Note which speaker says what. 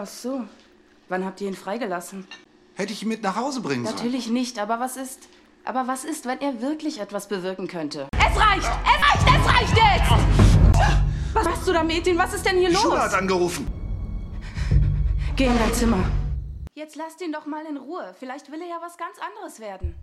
Speaker 1: Ach so. Wann habt ihr ihn freigelassen?
Speaker 2: Hätte ich ihn mit nach Hause bringen sollen.
Speaker 1: Natürlich nicht, aber was ist. Aber was ist, wenn er wirklich etwas bewirken könnte?
Speaker 3: Es reicht! Es reicht! Es reicht jetzt!
Speaker 1: Was machst du da, Mädchen? Was ist denn hier
Speaker 2: Die
Speaker 1: los?
Speaker 2: Schule hat angerufen.
Speaker 1: Geh in dein Zimmer. Jetzt lass den doch mal in Ruhe. Vielleicht will er ja was ganz anderes werden.